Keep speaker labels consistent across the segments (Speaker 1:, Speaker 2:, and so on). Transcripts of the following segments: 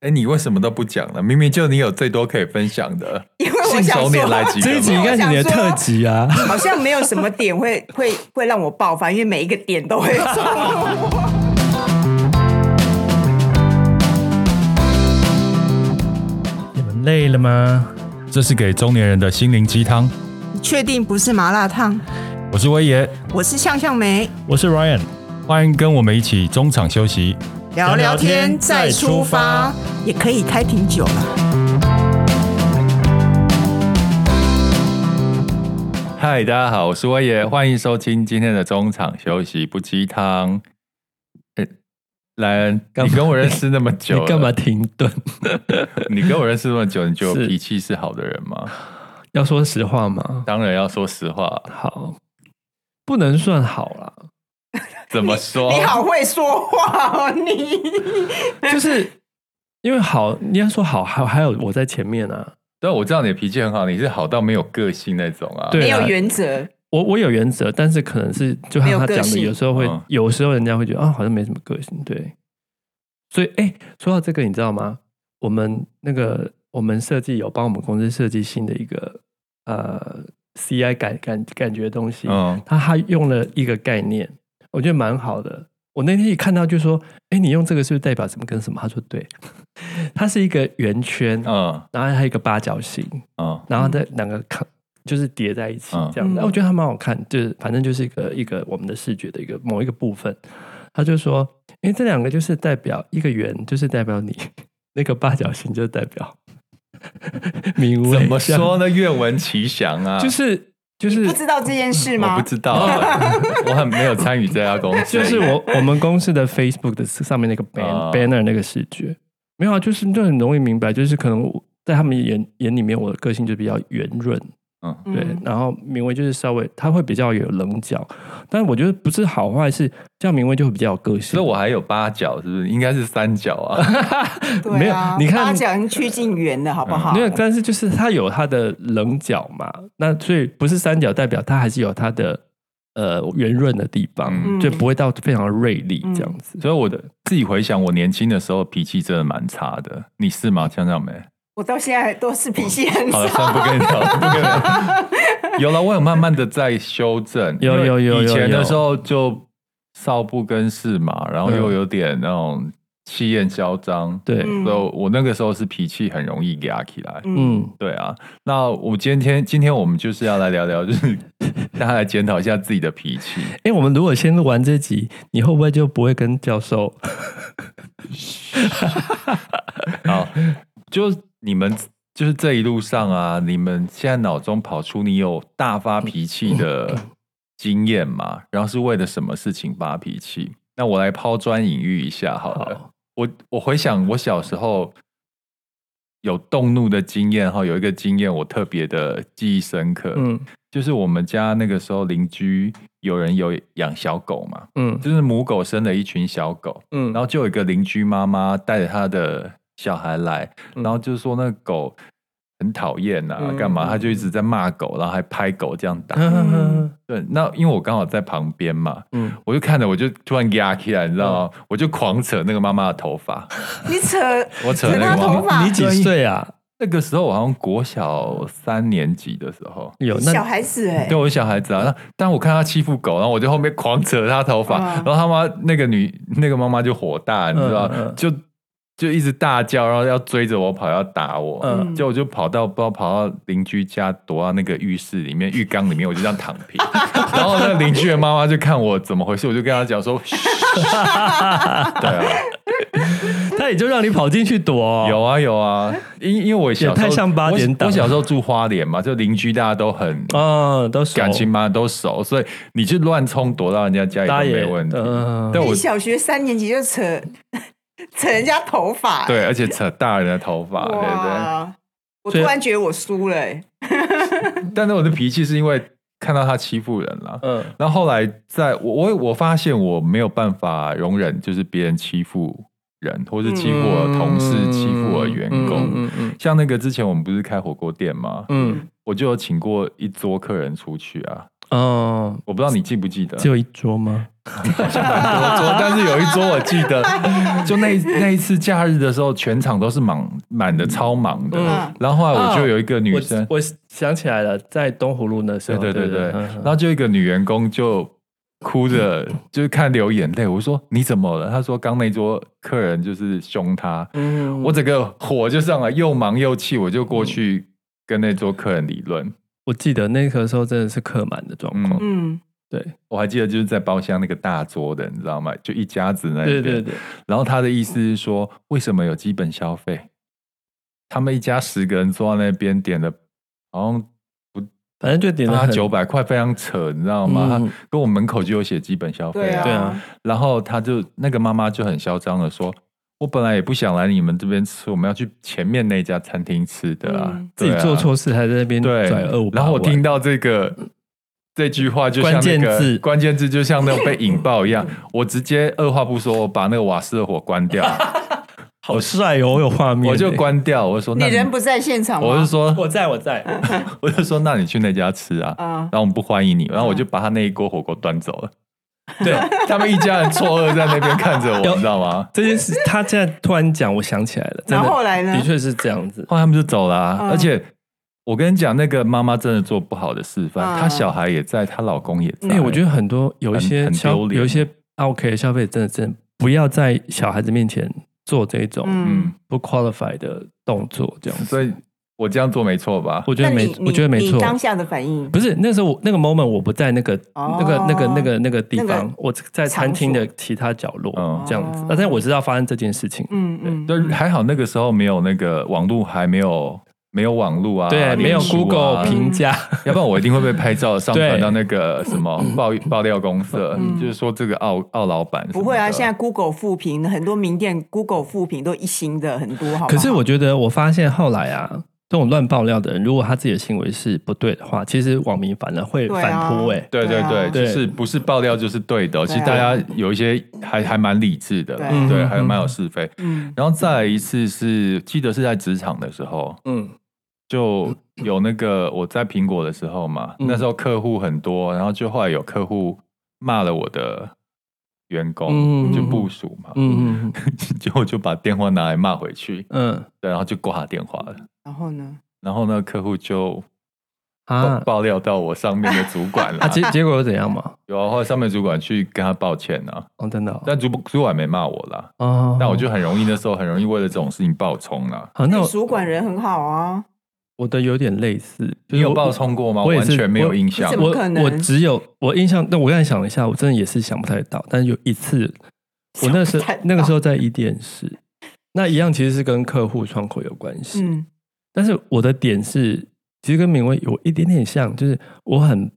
Speaker 1: 哎，你为什么都不讲呢？明明就你有最多可以分享的，
Speaker 2: 因为我
Speaker 1: 信
Speaker 2: 想
Speaker 1: 手拈来几个
Speaker 2: 说，
Speaker 3: 这一集应该是你的特辑啊。
Speaker 2: 好像没有什么点会会会让我爆发，因为每一个点都会中我。
Speaker 3: 你们累了吗？
Speaker 1: 这是给中年人的心灵鸡汤。
Speaker 2: 确定不是麻辣烫？
Speaker 1: 我是威爷，
Speaker 2: 我是向向梅，
Speaker 3: 我是 Ryan，
Speaker 1: 欢迎跟我们一起中场休息。
Speaker 2: 聊
Speaker 3: 聊
Speaker 2: 聊天
Speaker 3: 天
Speaker 2: 再
Speaker 3: 再
Speaker 2: 出
Speaker 3: 出
Speaker 2: 发
Speaker 3: 发，
Speaker 2: 也可以开挺久了。
Speaker 1: 嗨，大家好，我是威爷，欢迎收听今天的中场休息不鸡汤。哎莱恩，
Speaker 3: 干
Speaker 1: 你
Speaker 3: 嘛
Speaker 1: 跟我认识那么久，
Speaker 3: 你干嘛？停顿？
Speaker 1: 你跟我认识那么久，你觉得我
Speaker 3: 是
Speaker 1: 脾气是好的人吗？
Speaker 3: 要说实话嘛，
Speaker 1: 当然要说实话，
Speaker 3: 好，不能算好啦，
Speaker 1: 怎么说？
Speaker 2: 你好会说话哦，你
Speaker 3: 就是因为好，你要说好，还有还有我在前面啊，
Speaker 1: 对，我知道你的脾气很好，你是好到没有个性那种啊。
Speaker 3: 对
Speaker 2: 没有
Speaker 3: 啊
Speaker 2: 原则，
Speaker 3: 我我有原则，但是可能是就
Speaker 2: 没有
Speaker 3: 像他
Speaker 2: 个
Speaker 3: 讲的，
Speaker 2: 性
Speaker 3: 有时候会
Speaker 1: 嗯，
Speaker 3: 有时候人家会觉得啊，好像没什么个性，对。所以，哎，说到这个，你知道吗？我们那个我们设计有帮我们公司设计新的一个呃 CI 感感感觉东西，
Speaker 1: 嗯，
Speaker 3: 他还用了一个概念，我觉得蛮好的。我那天一看到就说，哎，你用这个是不是代表什么跟什么？他说对， 它是一个圆圈，
Speaker 1: 嗯
Speaker 3: 然后还有一个八角形，
Speaker 1: 嗯，
Speaker 3: 然后再两个看，就是叠在一起
Speaker 1: 嗯
Speaker 3: 这样子。
Speaker 2: 嗯
Speaker 3: 我觉得还蛮好看，就是反正就是一个一个我们的视觉的一个某一个部分。他就说，因为这两个就是代表一个圆，就是代表你； 那个八角形就代表 明威。
Speaker 1: 怎么说呢？愿闻其详啊，
Speaker 3: 就是就
Speaker 2: 你
Speaker 3: 是
Speaker 2: 不知道这件事
Speaker 1: 我
Speaker 2: 吗
Speaker 1: 不？知道， 我很没有参与这家公司，
Speaker 3: 就是我我们公司的 Facebook 的上面那个 ban
Speaker 1: 啊
Speaker 3: banner 那个视觉，没有啊，就是就很容易明白，就是可能我在他们眼眼里面，我的个性就比较圆润，
Speaker 1: 嗯
Speaker 3: 对，
Speaker 2: 嗯
Speaker 3: 然后明威就是稍微他会比较有棱角，但我觉得不是好坏，是这样明威就会比较有个性
Speaker 1: 所以。我还有八角，是不是？应该是三角啊。
Speaker 2: 对
Speaker 3: 没有
Speaker 2: 啊
Speaker 3: 你看嗯
Speaker 2: 八角已经趋近圆了，好不好
Speaker 3: 没？有，但是就是他有他的棱角嘛，那所以不是三角代表他还是有他的呃圆润的地方，
Speaker 2: 嗯
Speaker 3: 就不会到非常锐利这样子。
Speaker 1: 所以我自己回想，我年轻的时候脾气真的蛮差的。你是吗？江江梅？
Speaker 2: 我到现在都是脾气很
Speaker 1: 好了，
Speaker 2: 差。
Speaker 1: 算了不跟你聊，不跟你聊。 有了，我有慢慢的在修正。
Speaker 3: 有
Speaker 1: 因为
Speaker 3: 有有有
Speaker 1: 以前
Speaker 3: 有
Speaker 1: 的时候就少不更事嘛，然后又
Speaker 3: 嗯
Speaker 1: 有点那种气焰嚣张，
Speaker 3: 对，
Speaker 2: 嗯
Speaker 1: 所以我那个时候是脾气很容易压起来。
Speaker 2: 嗯，
Speaker 3: 嗯，
Speaker 1: 对啊，那我今天今天我们就是要来聊聊，就是大家来检讨一下自己的脾气。
Speaker 3: 哎、我们如果先录完这集，你会不会就不会跟教授？
Speaker 1: 好，就是你们就是这一路上啊，你们现在脑中跑出你有大发脾气的经验嘛？然后是为了什么事情发脾气？那我来抛砖引玉一下好了。
Speaker 3: 好
Speaker 1: 我我回想我小时候有动怒的经验哈，有一个经验我特别的记忆深刻，
Speaker 3: 嗯
Speaker 1: 就是我们家那个时候邻居有人有养小狗嘛，
Speaker 3: 嗯
Speaker 1: 就是母狗生了一群小狗，
Speaker 3: 嗯，
Speaker 1: 然后就有一个邻居妈妈带着她的小孩来，
Speaker 3: 嗯
Speaker 1: 然后就说那狗很讨厌呐，
Speaker 3: 嗯
Speaker 1: 干嘛？
Speaker 3: 嗯
Speaker 1: 她就一直在骂狗，然后还拍狗这样 打。
Speaker 3: 嗯
Speaker 1: 对，那因为我刚好在旁边嘛，
Speaker 3: 嗯，
Speaker 1: 我就看着，我就突然压起来，你知道吗？我就狂扯那个妈妈的头发，
Speaker 2: 你扯
Speaker 1: 我扯
Speaker 2: 扯
Speaker 1: 那
Speaker 2: 她
Speaker 1: 个妈
Speaker 2: 头
Speaker 1: 妈。
Speaker 2: 发
Speaker 3: 你，几岁啊？
Speaker 1: 那个时候我好像国小三年级的时候，
Speaker 3: 有
Speaker 2: 小
Speaker 3: 那
Speaker 2: 孩子哎
Speaker 1: 对，，我是小孩子啊，那但我看他欺负狗，然后我就后面狂扯他头发，
Speaker 2: 嗯
Speaker 1: 然后他妈那个女那个妈妈就火大，你知道吗，
Speaker 3: 嗯嗯
Speaker 1: 就就一直大叫，然后要追着我跑，要打我，
Speaker 3: 嗯
Speaker 1: 结果我就跑到不知道跑到邻居家，躲到那个浴室里面、浴缸里面，我就这样躺平， 然后那个邻居的妈妈就看我怎么回事，我就跟她讲 说，嘘对啊，
Speaker 3: 他也就让你跑进去躲、哦
Speaker 1: 有啊有啊，因因为我小时候
Speaker 3: 也太像八点
Speaker 1: 我，
Speaker 3: 档
Speaker 1: 我小时候住花莲嘛，就邻居大家都很
Speaker 3: 啊，都熟
Speaker 1: 感情嘛都熟，所以你去乱冲躲到人家家里
Speaker 3: 大家
Speaker 1: 都
Speaker 3: 也
Speaker 1: 没问题。
Speaker 3: 嗯
Speaker 1: 但
Speaker 2: 你
Speaker 1: 我
Speaker 2: 小学三年级就扯扯人家头发，
Speaker 1: 对，而且扯大人的头发，对不
Speaker 2: 哇！我突
Speaker 3: 所以
Speaker 2: 然觉得我输了欸，
Speaker 1: 对？但是我的脾气是因为看到他欺负人了。
Speaker 3: 嗯
Speaker 1: 然后后来在，我我我发现我没有办法容忍，就是别人欺负人，或是欺负我的同事、欺负我的员工。
Speaker 3: 嗯嗯
Speaker 1: 像那个之前我们不是开火锅店吗？
Speaker 3: 嗯
Speaker 1: 我就有请过一桌客人出去啊，
Speaker 3: 嗯，哦，
Speaker 1: 我不知道你记不记得？
Speaker 3: 只有一桌吗？
Speaker 1: 好像蛮多桌，但是有一桌我记 得，就那一那一次假日的时候，全场都是满满的，超忙的。
Speaker 2: 嗯
Speaker 1: 然后后来我就有一个女生，
Speaker 3: 我我想起来了，在东湖路那时
Speaker 1: 对
Speaker 3: 候，
Speaker 1: 对对对，
Speaker 3: 嗯
Speaker 1: 然后就有一个女员工就哭着，就是看流眼泪。我说你怎么了？她说刚那桌客人就是凶她，
Speaker 3: 嗯
Speaker 1: 我整个火就上来，又忙又气，我就过去跟那桌客人理论。
Speaker 3: 我记得那个时候真的是客满的状况，
Speaker 2: 嗯，
Speaker 3: 对
Speaker 1: 我还记得就是在包厢那个大桌的，你知道吗？就一家子那
Speaker 3: 对
Speaker 1: 边。
Speaker 3: 对对，
Speaker 1: 然后他的意思是说，为什么有基本消费？他们一家十个人坐在那边点了，好像
Speaker 3: 反正就点了
Speaker 1: 八
Speaker 3: 很
Speaker 1: 九百块，非常扯，你知道吗？
Speaker 3: 嗯
Speaker 1: 他跟我门口就有写基本消费
Speaker 2: 对啊，
Speaker 3: 对啊，
Speaker 1: 然后他就那个妈妈就很嚣张的说：“我本来也不想来你们这边吃，我们要去前面那家餐厅吃的啊，
Speaker 2: 嗯
Speaker 3: 自己
Speaker 1: 对啊
Speaker 3: 做错哦事还在那边
Speaker 1: 对
Speaker 3: 拽二五，
Speaker 1: 然后我听到这个这句话，就像那个
Speaker 3: 关键字
Speaker 1: 关键字就像那种被引爆一样， 我直接二话不说，我把那个瓦斯的火关掉，
Speaker 3: 好帅哦，我有画面，
Speaker 1: 我就，关掉，我就说
Speaker 2: 你
Speaker 1: 那
Speaker 2: 人不啊在现场吗？
Speaker 1: 我就说，
Speaker 3: 我在我在，
Speaker 1: 我就说，那你去那家吃啊，
Speaker 2: 啊
Speaker 1: 然，后我们不欢迎你，然后我
Speaker 2: 嗯
Speaker 1: 就把他那一锅火锅端走了。对 他们一家人错愕在那边看着我，你知道吗？
Speaker 3: 这件事他现在突然讲，我想起来了，真
Speaker 2: 然
Speaker 3: 的
Speaker 2: 后后来呢
Speaker 3: 的？确是这样子，
Speaker 1: 后来他们就走了啊、
Speaker 2: 嗯
Speaker 1: 而且我跟你讲，那个妈妈真的做不好的示范，
Speaker 2: 嗯
Speaker 1: 她小孩也在，她老公也在。
Speaker 3: 哎、我觉得很多有一些
Speaker 1: 很
Speaker 3: 消
Speaker 1: 丢脸
Speaker 3: 有一些 OK 的消费，真的真的不要在小孩子面前做这种
Speaker 2: 嗯
Speaker 1: 嗯，
Speaker 3: 不 qualify 的动作，这样子。
Speaker 1: 所以我这样做没错吧？
Speaker 3: 我觉
Speaker 2: 那
Speaker 3: 得没
Speaker 2: 你，
Speaker 3: 我觉得没
Speaker 2: 你
Speaker 3: 错
Speaker 2: 你。当下的反应
Speaker 3: 不是那时候我那个 moment 我不在那个、
Speaker 2: 哦
Speaker 3: 那个那个那个那个地方，
Speaker 2: 那
Speaker 3: 我在餐厅的其他角落
Speaker 1: 嗯
Speaker 3: 这样子
Speaker 2: 哦。
Speaker 3: 但是我知道发生这件事情，
Speaker 2: 嗯嗯，
Speaker 1: 对，还好那个时候没有那个网络，还没有没有网络啊，
Speaker 3: 对，没有
Speaker 1: 脸书啊
Speaker 3: Google 评价，
Speaker 1: 要不然我一定会被拍照上传
Speaker 3: 对
Speaker 1: 到那个什么爆爆料公社，
Speaker 2: 嗯
Speaker 1: 就是说这个奥奥老板什么的
Speaker 2: 不会啊，现在 Google 复评很多名店 Google 复评都一星的很多，好不好
Speaker 3: 可是我觉得，我发现后来啊，这种乱爆料的人，如果他自己的行为是不对的话，其实网民反而会
Speaker 2: 对啊
Speaker 3: 反扑哎、
Speaker 1: 对对
Speaker 2: 对啊
Speaker 1: 对，就是不是爆料就是对的哦。
Speaker 2: 对
Speaker 1: 其
Speaker 2: 啊
Speaker 1: 实大家有一些还还蛮理智的
Speaker 2: 对，
Speaker 3: 啊
Speaker 1: 对，还蛮有是非。
Speaker 2: 嗯
Speaker 1: 然后再来一次是记得是在职场的时候，
Speaker 3: 嗯，
Speaker 1: 就有那个我在苹果的时候嘛，
Speaker 3: 嗯
Speaker 1: 那时候客户很多，然后就后来有客户骂了我的员
Speaker 3: 嗯
Speaker 1: 工，就部署嘛，
Speaker 3: 嗯嗯
Speaker 1: 结果 就把电话拿来骂回去，
Speaker 3: 嗯
Speaker 1: 对，然后就挂电话了。
Speaker 2: 然后呢？
Speaker 1: 然后呢，客户就爆
Speaker 3: 啊
Speaker 1: 爆料到我上面的主管了
Speaker 3: 啊，，结结果又怎样嘛？
Speaker 1: 有啊，后来上面主管去跟他道歉啊，
Speaker 3: 哦，真的哦
Speaker 1: 但主主管没骂我啦，
Speaker 3: 哦，
Speaker 1: 但我就很容易那时候很容易为了这种事情爆冲啦。
Speaker 3: 好，那
Speaker 2: 那
Speaker 3: 我
Speaker 2: 主管人很好啊，
Speaker 3: 我的有点类似，就
Speaker 1: 你
Speaker 3: 是
Speaker 1: 有
Speaker 3: 我
Speaker 1: 爆冲过吗？
Speaker 3: 我也
Speaker 1: 完
Speaker 3: 是
Speaker 1: 全没有印象
Speaker 2: 怎。么
Speaker 3: 我
Speaker 2: 可能
Speaker 3: 我只有我印象，那我刚才想了一下，我真的也是想不太到，但是有一次，我那时
Speaker 2: 想
Speaker 3: 候
Speaker 2: 不太到
Speaker 3: 那个时候在一电视，那一样其实是跟客户窗口有关系，
Speaker 2: 嗯
Speaker 3: 但是我的点是，其实跟明威有一点点像，就是我很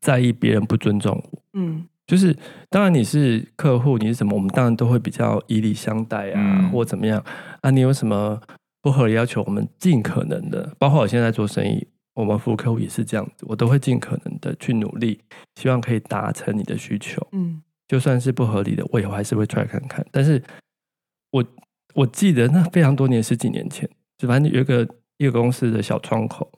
Speaker 3: 在意别人不尊重我。
Speaker 2: 嗯
Speaker 3: 就是当然你是客户，你是什么，我们当然都会比较以礼相待啊，
Speaker 1: 嗯
Speaker 3: 或怎么样啊。你有什么不合理要求，我们尽可能的，包括我现在做生意，我们服务客户也是这样子，我都会尽可能的去努力，希望可以达成你的需求。
Speaker 2: 嗯
Speaker 3: 就算是不合理的，我以后还是会 try 看看。但是我我记得那非常多年，十几年前，就反正有一个一个公司的小窗口，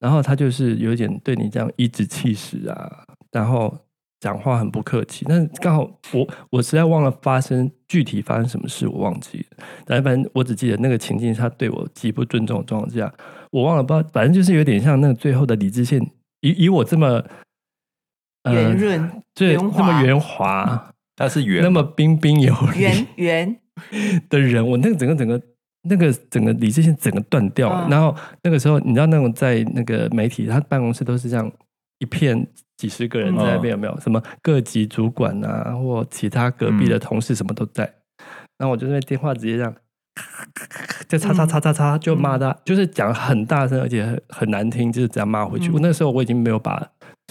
Speaker 3: 然后他就是有一点对你这样颐指气使啊，然后讲话很不客气。但是刚好我我实在忘了发生具体发生什么事，我忘记了。但反正我只记得那个情境，他对我极不尊重的状况之下，我忘了不知道，反正就是有点像那个最后的理智线。以以我这么呃
Speaker 2: 圆 润
Speaker 3: 对，
Speaker 2: 圆
Speaker 3: 那
Speaker 2: 滑嗯
Speaker 3: 么圆滑，
Speaker 1: 他是圆
Speaker 3: 那么彬彬有
Speaker 2: 圆
Speaker 3: 礼
Speaker 2: 圆
Speaker 3: 的人，我那个整个整个那个整个理智线整个断掉了。
Speaker 2: 嗯
Speaker 3: 然后那个时候，你知道那种在那个媒体，他办公室都是这样一片几十个人
Speaker 2: 嗯
Speaker 3: 在那边，有没有、什么各级主管啊，或其他隔
Speaker 2: 嗯
Speaker 3: 壁的同事什么都在。然后我就那边电话直接 这样。就叉叉叉叉叉
Speaker 2: 嗯
Speaker 3: 就骂他，就是讲很大声，而且很很难听，就是这样骂回去。
Speaker 2: 嗯
Speaker 3: 我那时候我已经没有把，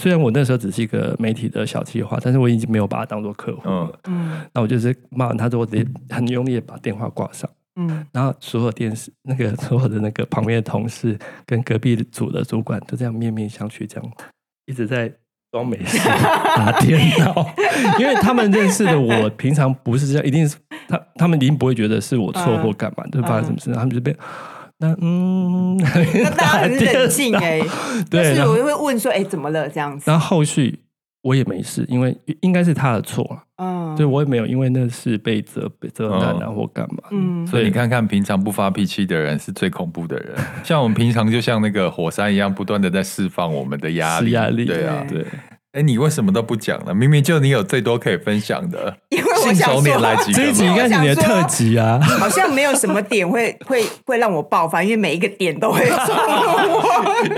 Speaker 3: 虽然我那时候只是一个媒体的小企划，但是我已经没有把他当做客户了。
Speaker 1: 嗯
Speaker 2: 嗯
Speaker 3: 那我就是骂完他之后，我直接很用力的把电话挂上，
Speaker 2: 嗯
Speaker 3: 然后所有电视那个所有的那个旁边的同事跟隔壁组的主管都这样面面相觑，这样一直在装没事打电脑， 因为他们认识的我平常不是这样，一定是他他们一定不会觉得是我
Speaker 2: 嗯
Speaker 3: 错或干嘛，就发生什么事，他们就被那嗯，
Speaker 2: 那大家很冷静哎、
Speaker 3: 对
Speaker 2: 但是
Speaker 3: 然后
Speaker 2: 我就会问说，哎、怎么了这样子？
Speaker 3: 然后后续我也没事，因为应该是他的错啊了，
Speaker 2: 嗯，
Speaker 3: 对我也没有因为那是被责被责难啊或干嘛。
Speaker 2: 嗯，
Speaker 1: 所以你看看，平常不发脾气的人是最恐怖的人。像我们平常就像那个火山一样，不断的在释放我们的压
Speaker 3: 是
Speaker 1: 力。
Speaker 3: 压力，
Speaker 1: 对啊。
Speaker 3: 对，
Speaker 1: 哎，你为什么都不讲呢？明明就你有最多可以分享的。
Speaker 2: 因为我
Speaker 1: 信
Speaker 2: 想
Speaker 1: 手拈来几
Speaker 2: 说，
Speaker 1: 个
Speaker 3: 这一集应该是你的特辑啊，
Speaker 2: 好像没有什么点会 会会让我爆发，因为每一个点都会冲我。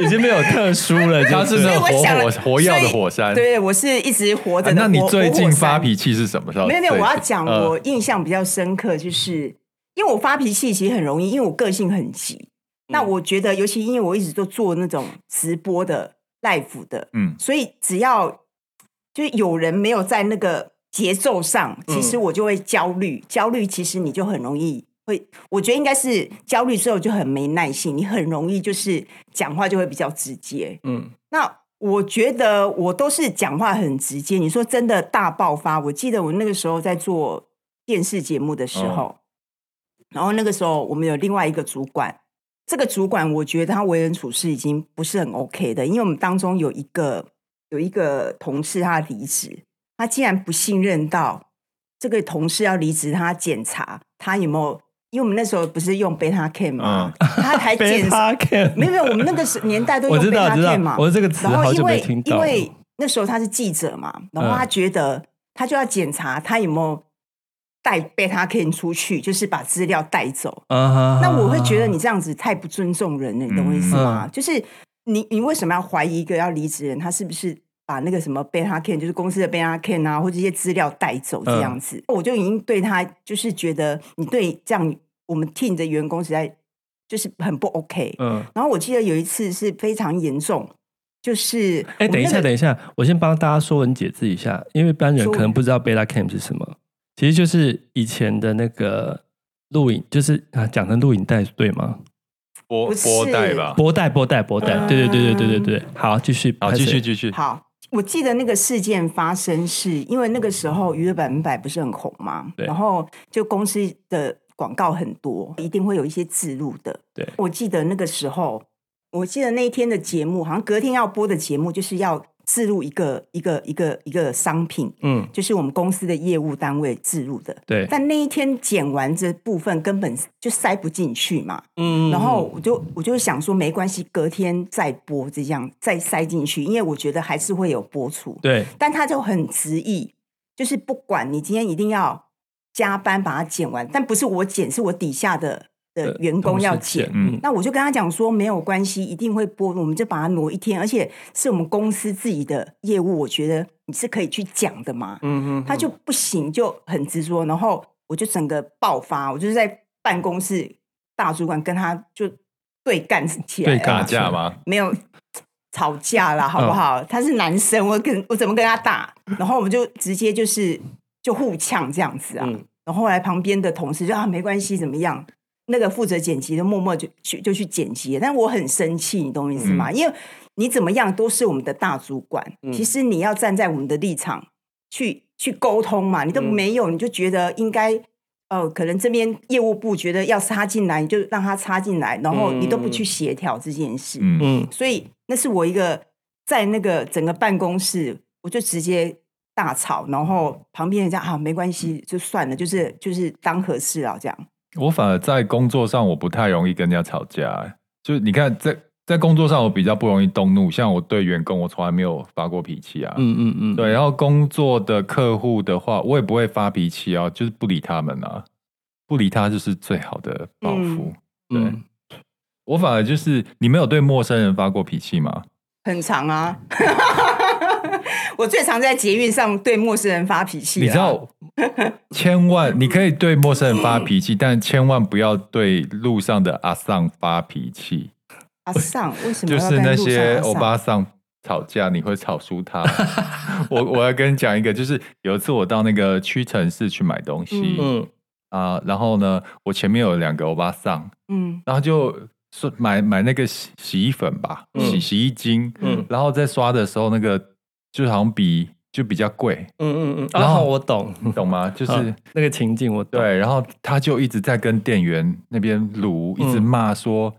Speaker 3: 已经没有特殊了，
Speaker 1: 他
Speaker 3: 就是
Speaker 1: 那
Speaker 2: 所以
Speaker 1: 种
Speaker 2: 我想
Speaker 1: 活火活药的
Speaker 2: 所以
Speaker 1: 火山。
Speaker 2: 对，我是一直活
Speaker 1: 啊
Speaker 2: 着的
Speaker 1: 那
Speaker 2: 活、
Speaker 1: 你最近发
Speaker 2: 气？
Speaker 1: 脾气是什么时候？
Speaker 2: 没有没有，
Speaker 1: 最
Speaker 2: 我
Speaker 1: 近
Speaker 2: 要讲
Speaker 1: 呃
Speaker 2: 我印象比较深刻，就是因为我发脾气其实很容易，因为我个性很急。那
Speaker 3: 嗯
Speaker 2: 我觉得，尤其因为我一直都做那种直播的 live 的，
Speaker 1: 嗯
Speaker 2: 所以只要就是有人没有在那个节奏上，其实我就会焦虑。焦虑其实你就很容易会，我觉得应该是焦虑之后就很没耐性，你很容易就是讲话就会比较直接。
Speaker 3: 嗯，
Speaker 2: 那我觉得我都是讲话很直接。你说真的大爆发，我记得我那个时候在做电视节目的时
Speaker 3: 嗯
Speaker 2: 候，然后那个时候我们有另外一个主管，这个主管我觉得他为人处事已经不是很 OK 的，因为我们当中有一个有一个同事他离职，他竟然不信任到这个同事要离职，他检查他有没有。因为我们那时候不是用 Beta Cam 嘛，
Speaker 3: 嗯
Speaker 2: 他 还
Speaker 3: 被
Speaker 2: 检查
Speaker 3: 他看，
Speaker 2: 没有没有，我们那个时年代都
Speaker 3: 我
Speaker 2: 用
Speaker 3: 知
Speaker 2: 贝
Speaker 3: 道
Speaker 2: 拉
Speaker 3: 知道
Speaker 2: 片嘛。
Speaker 3: 我这个词
Speaker 2: 然后
Speaker 3: 好
Speaker 2: 因
Speaker 3: 久没
Speaker 2: 为
Speaker 3: 听到
Speaker 2: 因
Speaker 3: 了
Speaker 2: 为那时候他是记者嘛，然后他
Speaker 3: 嗯
Speaker 2: 觉得他就要检查他有没有带贝塔 K 出去，就是把资料带走。
Speaker 3: 啊
Speaker 2: 那我会觉得你这样子太不尊重人了，你懂我意思吗？
Speaker 3: 嗯
Speaker 2: 就是你你为什么要怀疑一个要离职人，他是不是把那个什么贝塔 K 就是公司的贝塔 K 啊，或这些资料带走
Speaker 3: 嗯
Speaker 2: 这样子？我就已经对他就是觉得你对这样我们 team 的员工实在就是很不 OK。
Speaker 3: 嗯，
Speaker 2: 然后我记得有一次是非常严重，就是
Speaker 3: 哎，等一
Speaker 2: 我
Speaker 3: 下，
Speaker 2: 们那个
Speaker 3: 等一下，我先帮大家说文解字一下，因为一般人
Speaker 2: 说
Speaker 3: 可能不知道 beta cam 是什么，其实就是以前的那个录影，就是啊，讲成录影带对吗？
Speaker 1: 波
Speaker 2: 不是
Speaker 1: 波带吧。
Speaker 3: 波带，波带，波带，
Speaker 2: 嗯
Speaker 3: 对对对对对对对，好，继续，
Speaker 1: 好，
Speaker 3: 拍
Speaker 1: 继
Speaker 3: 谁
Speaker 1: 续，继续。
Speaker 2: 好，我记得那个事件发生是因为那个时候娱乐百分百不是很红嘛，
Speaker 3: 对
Speaker 2: 然后就公司的广告很多，一定会有一些自录的。
Speaker 3: 对
Speaker 2: 我记得那个时候，我记得那一天的节目，好像隔天要播的节目就是要自录一个一个一个一个商品，
Speaker 3: 嗯，
Speaker 2: 就是我们公司的业务单位自录的。
Speaker 3: 对，
Speaker 2: 但那一天剪完这部分根本就塞不进去嘛，
Speaker 3: 嗯
Speaker 2: 然后我就我就想说没关系，隔天再播这样再塞进去，因为我觉得还是会有播出。
Speaker 3: 对，
Speaker 2: 但他就很执意，就是不管你今天一定要加班把它剪完，但不是我剪，是我底下的的员工要剪。
Speaker 1: 嗯
Speaker 3: 嗯，
Speaker 2: 那我就跟他讲说没有关系，一定会播，我们就把它挪一天，而且是我们公司自己的业务，我觉得你是可以去讲的嘛。
Speaker 3: 嗯
Speaker 2: 他就不行，就很执着，然后我就整个爆发，我就是在办公室大主管跟他就对干起来
Speaker 3: 对
Speaker 2: 了，
Speaker 3: 干
Speaker 1: 打架吗？
Speaker 2: 没有吵架啦，好不好？他是男生，我跟我怎么跟他打？然后我们就直接就是就互呛这样子啊。
Speaker 3: 嗯
Speaker 2: 然后后来旁边的同事就啊没关系，怎么样？那个负责剪辑的默默就去就去剪辑了，但我很生气，你懂我意思吗？因为你怎么样都是我们的大主管，其实你要站在我们的立场去去沟通嘛，你都没有，你就觉得应该。哦，可能这边业务部觉得要插进来，你就让他插进来，然后你都不去协调这件事。
Speaker 1: 嗯，
Speaker 3: 嗯，
Speaker 2: 所以那是我一个在那个整个办公室，我就直接大吵，然后旁边人家啊没关系，就算了，就是就是当和事佬这样。
Speaker 1: 我反而在工作上我不太容易跟人家吵架、欸就你看在在工作上我比较不容易动怒，像我对员工我从来没有发过脾气啊。
Speaker 3: 嗯嗯嗯，
Speaker 1: 对，然后工作的客户的话，我也不会发脾气啊，就是不理他们啊，不理他就是最好的报复。对
Speaker 3: 嗯，
Speaker 1: 我反而就是，你没有对陌生人发过脾气吗？
Speaker 2: 很长啊， 我最常在捷运上对陌生人发脾气啊。
Speaker 1: 你知道，啊千万你可以对陌生人发脾气，但千万不要对路上的阿桑发脾气，
Speaker 2: 阿尚为什么
Speaker 1: 就
Speaker 2: 要
Speaker 1: 是
Speaker 2: 跟
Speaker 1: 那
Speaker 2: 路上
Speaker 1: 些
Speaker 2: 阿
Speaker 1: 欧
Speaker 2: 尚
Speaker 1: 巴桑吵架，你会吵输他。我我要跟你讲一个，就是有一次我到那个屈臣氏去买东西啊、
Speaker 3: 嗯
Speaker 1: 然后呢，我前面有两个欧巴桑，
Speaker 2: 嗯
Speaker 1: 然后就说买买那个洗洗衣粉吧，
Speaker 3: 嗯
Speaker 1: 洗洗衣精，
Speaker 3: 嗯
Speaker 1: 然后在刷的时候，那个就好像比就比较贵，
Speaker 3: 嗯嗯，
Speaker 1: 然
Speaker 3: 然
Speaker 1: 后
Speaker 3: 后我懂，
Speaker 1: 懂吗？就是。
Speaker 3: 啊那个情境，我懂，
Speaker 2: 嗯
Speaker 1: 对，然后他就一直在跟店员那边撸，一直
Speaker 3: 嗯
Speaker 1: 骂说：“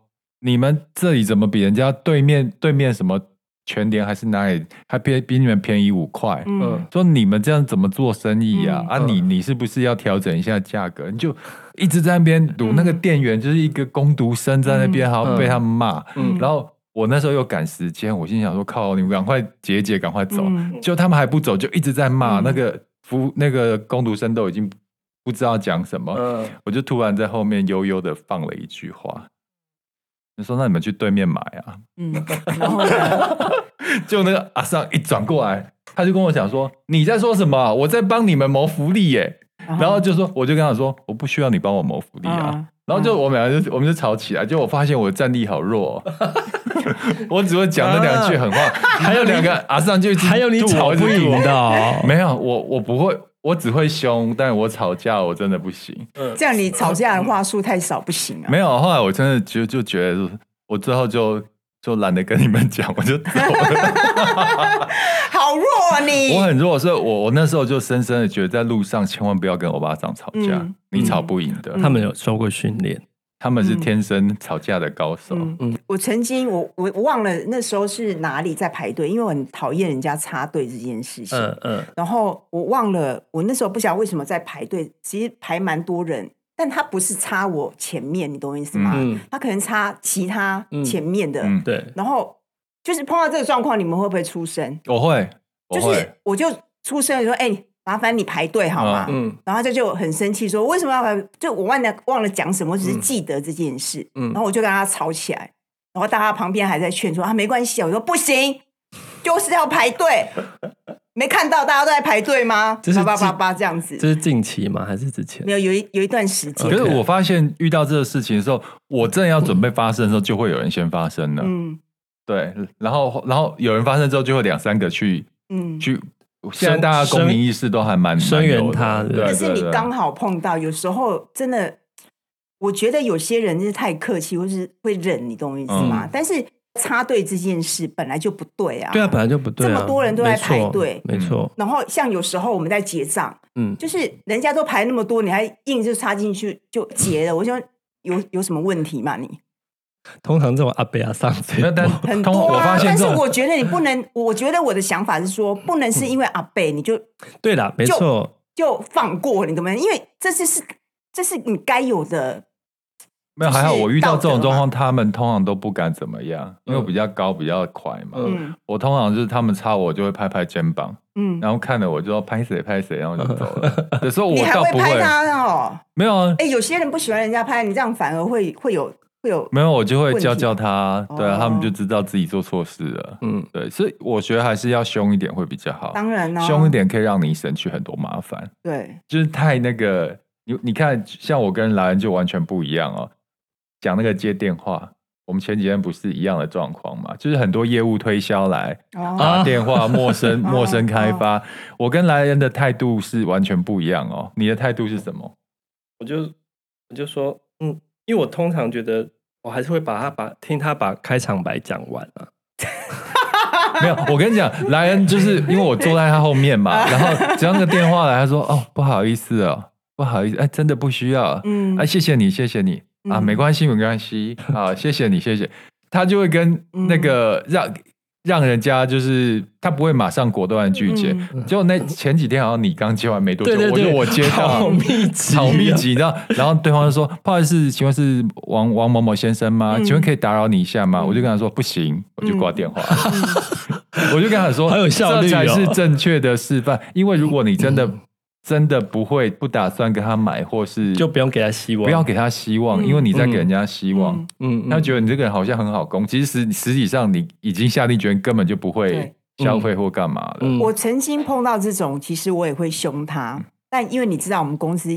Speaker 1: 你们这里怎么比人家对面对面什么全联还是哪里，还比比你们便宜五块。
Speaker 2: 嗯
Speaker 3: 嗯，
Speaker 1: 说你们这样怎么做生意呀、
Speaker 2: 嗯
Speaker 1: 啊，你你是不是要调整一下价格？你就一直在那边
Speaker 2: 嗯
Speaker 1: 堵，那个店员就是一个工读生在那边，还要被他们骂。
Speaker 2: 嗯
Speaker 1: 然后我那时候又赶时间，我心想说：靠，你们赶快结一结，赶快走。
Speaker 2: 嗯
Speaker 1: 就他们还不走，就一直在骂、
Speaker 2: 嗯
Speaker 1: 那个服那个工读生都已经不知道讲什么，
Speaker 3: 嗯
Speaker 1: 我就突然在后面悠悠的放了一句话，就说：“那你们去对面买啊。
Speaker 2: 嗯，然后呢？”
Speaker 1: 就那个阿尚一转过来，他就跟我讲说：“你在说什么啊？我在帮你们谋福利耶、然后就说，我就跟他说：“我不需要你帮我谋福利啊。
Speaker 2: 嗯
Speaker 1: 然后就我们俩就我们就吵起来，就我发现我的战力好弱、哦， 我只会讲那两句 狠话，还有两个阿尚就一直
Speaker 3: 还有你
Speaker 1: 吐我
Speaker 3: 吵
Speaker 1: 一直
Speaker 3: 不
Speaker 1: 吐我
Speaker 3: 赢的哦，
Speaker 1: 没有，我我不会，我只会凶，但我吵架我真的不行。
Speaker 2: 这样你吵架的话术太少不行啊。
Speaker 1: 没有，后来我真的就就觉得说，我最后就就懒得跟你们讲，我就 走了。
Speaker 2: 好弱啊你！
Speaker 1: 我很弱，所以我我那时候就深深的觉得，在路上千万不要跟欧巴桑吵架，
Speaker 2: 嗯
Speaker 1: 你吵不赢的。
Speaker 3: 他们有受过训练，
Speaker 1: 他们是天生吵架的高手。
Speaker 2: 嗯
Speaker 3: 嗯，
Speaker 2: 我曾经我我我忘了那时候是哪里在排队，因为我很讨厌人家插队这件事情。
Speaker 3: 嗯嗯
Speaker 2: 然后我忘了，我那时候不晓得为什么在排队，其实排蛮多人，但他不是插我前面，你懂我意思吗？
Speaker 3: 嗯，
Speaker 2: 他可能插其他前面的，
Speaker 1: 嗯，
Speaker 3: 对，
Speaker 2: 然后就是碰到这个状况，你们会不会出声？
Speaker 1: 我会，我
Speaker 2: 就
Speaker 1: 会，
Speaker 2: 是我就出声说：“哎、麻烦你排队好吗？”
Speaker 3: 嗯
Speaker 2: 然后他就很生气说：“为什么要排？就我忘了忘了讲什么，我只是记得这件事。
Speaker 3: 嗯
Speaker 2: 然后我就跟他吵起来，然后大家旁边还在劝说：“啊，没关系啊。”我说：“不行，就是要排队。没看到大家都在排队吗？
Speaker 3: 这是
Speaker 2: 叭叭
Speaker 3: 自
Speaker 2: 叭叭这样子。
Speaker 3: 这是近期吗？还是之前
Speaker 2: 没？有有一有一段时间
Speaker 1: 可，是我发现遇到这个事情的时候，我正要准备发生的时候，就会有人先发生了。
Speaker 2: 嗯
Speaker 1: 对，然后然后有人发生之后，就会两三个去
Speaker 2: 嗯，
Speaker 1: 去。现在大家公民意识都还蛮
Speaker 3: 声
Speaker 1: 蛮有的
Speaker 3: 声援他
Speaker 1: 对
Speaker 3: 啊对
Speaker 2: 可
Speaker 1: 对
Speaker 2: 是你
Speaker 1: 对啊
Speaker 2: 刚好碰到，有时候真的，我觉得有些人就是太客气，或是会忍，你懂我意思吗？但是插队这件事本来就不对啊。
Speaker 3: 嗯对啊，本来就不对啊，
Speaker 2: 这么多人都在
Speaker 3: 没错
Speaker 2: 排队
Speaker 3: 没错，
Speaker 2: 然后像有时候我们在结账，
Speaker 3: 嗯
Speaker 2: 就是人家都排那么多，你还硬就插进去就结了，我就有有什么问题嘛你？
Speaker 3: 通常这种阿贝阿上最
Speaker 1: 没有，但
Speaker 3: 多
Speaker 2: 很
Speaker 1: 通
Speaker 2: 多
Speaker 1: 我
Speaker 2: 啊
Speaker 1: 发，现
Speaker 2: 但是
Speaker 1: 这种
Speaker 2: 我觉得你不能，我觉得我的想法是说，不能是因为阿贝你就
Speaker 3: 对啦，没错，
Speaker 2: 就放过你懂吗？因为这是是这是你该有的，
Speaker 1: 没有还好，
Speaker 2: 就是
Speaker 1: 我遇到这
Speaker 2: 道
Speaker 1: 种
Speaker 2: 德
Speaker 1: 状
Speaker 2: 嘛
Speaker 1: 况，他们通常都不敢怎么样，因为我比较高，比较快嘛。
Speaker 3: 嗯
Speaker 2: 嗯
Speaker 1: 我通常就是他们插我，就会拍拍肩膀，
Speaker 2: 嗯，
Speaker 1: 然后看了我就要拍谁拍谁，然后就走 了。有时候
Speaker 2: 你
Speaker 1: 我
Speaker 2: 还
Speaker 1: 倒
Speaker 2: 会
Speaker 1: 不
Speaker 2: 拍他哦。
Speaker 1: 没有啊，
Speaker 2: 哎、有些人不喜欢人家拍，你这样反而会会有会有，
Speaker 1: 没有，我就会
Speaker 2: 问题
Speaker 1: 教教他，对啊，
Speaker 2: 哦
Speaker 1: 他们就知道自己做错事了。
Speaker 3: 嗯，
Speaker 1: 对，所以我觉得还是要凶一点会比较好，
Speaker 2: 当然呢、
Speaker 1: 凶一，点可以让你省去很多麻烦。
Speaker 2: 对，
Speaker 1: 就是太那个，你你看，像我跟莱恩就完全不一样哦。讲那个接电话，我们前几天不是一样的状况嘛？就是很多业务推销来
Speaker 2: 哦，
Speaker 3: 啊
Speaker 1: 打电话，陌生
Speaker 2: 哦
Speaker 1: 陌生开发，我跟莱恩的态度是完全不一样哦。你的态度是什么？
Speaker 3: 我就我就说，嗯，因为我通常觉得我还是会把他把听他把开场白讲完啊，
Speaker 1: 没有，我跟你讲，莱恩就是因为我坐在他后面嘛，然后只要那个电话来，他说：“哦，不好意思哦，不好意思，哎，真的不需要。”
Speaker 2: 嗯
Speaker 1: 啊，谢谢你，谢谢你啊，
Speaker 2: 嗯
Speaker 1: 没关系，没关系啊，谢谢你，谢谢。他就会跟那
Speaker 3: 嗯
Speaker 1: 个让、让人家就是他不会马上果断的拒绝。
Speaker 2: 嗯
Speaker 1: 结果那前几天好像你刚接完没多久，
Speaker 3: 对对对，
Speaker 1: 我就我 接到
Speaker 3: 好密集，啊
Speaker 1: 好密，集，你知道？然后对方就说：“不好意思，请问是王王某某先生吗？
Speaker 2: 嗯
Speaker 1: 请问可以打扰你一下
Speaker 3: 嗯
Speaker 1: 吗？”我就跟他说：“不行。”我就挂电话。
Speaker 2: 嗯
Speaker 1: 我就跟他说：“
Speaker 3: 好有效率
Speaker 1: 这
Speaker 3: 哦嗯
Speaker 1: 才是正确的示范。因为如果你真的真的不会不打算跟他买，或是
Speaker 3: 就不用给他希望，
Speaker 1: 不要给他希望，
Speaker 2: 嗯
Speaker 1: 因为你在给人家希望
Speaker 2: 嗯，
Speaker 3: 嗯，嗯，
Speaker 1: 他觉得你这个人好像很好攻，其实实实际上你已经下定决心，根本就不会消费或干嘛了。
Speaker 3: 嗯
Speaker 2: 我曾经碰到这种，其实我也会凶他，但因为你知道，我们公司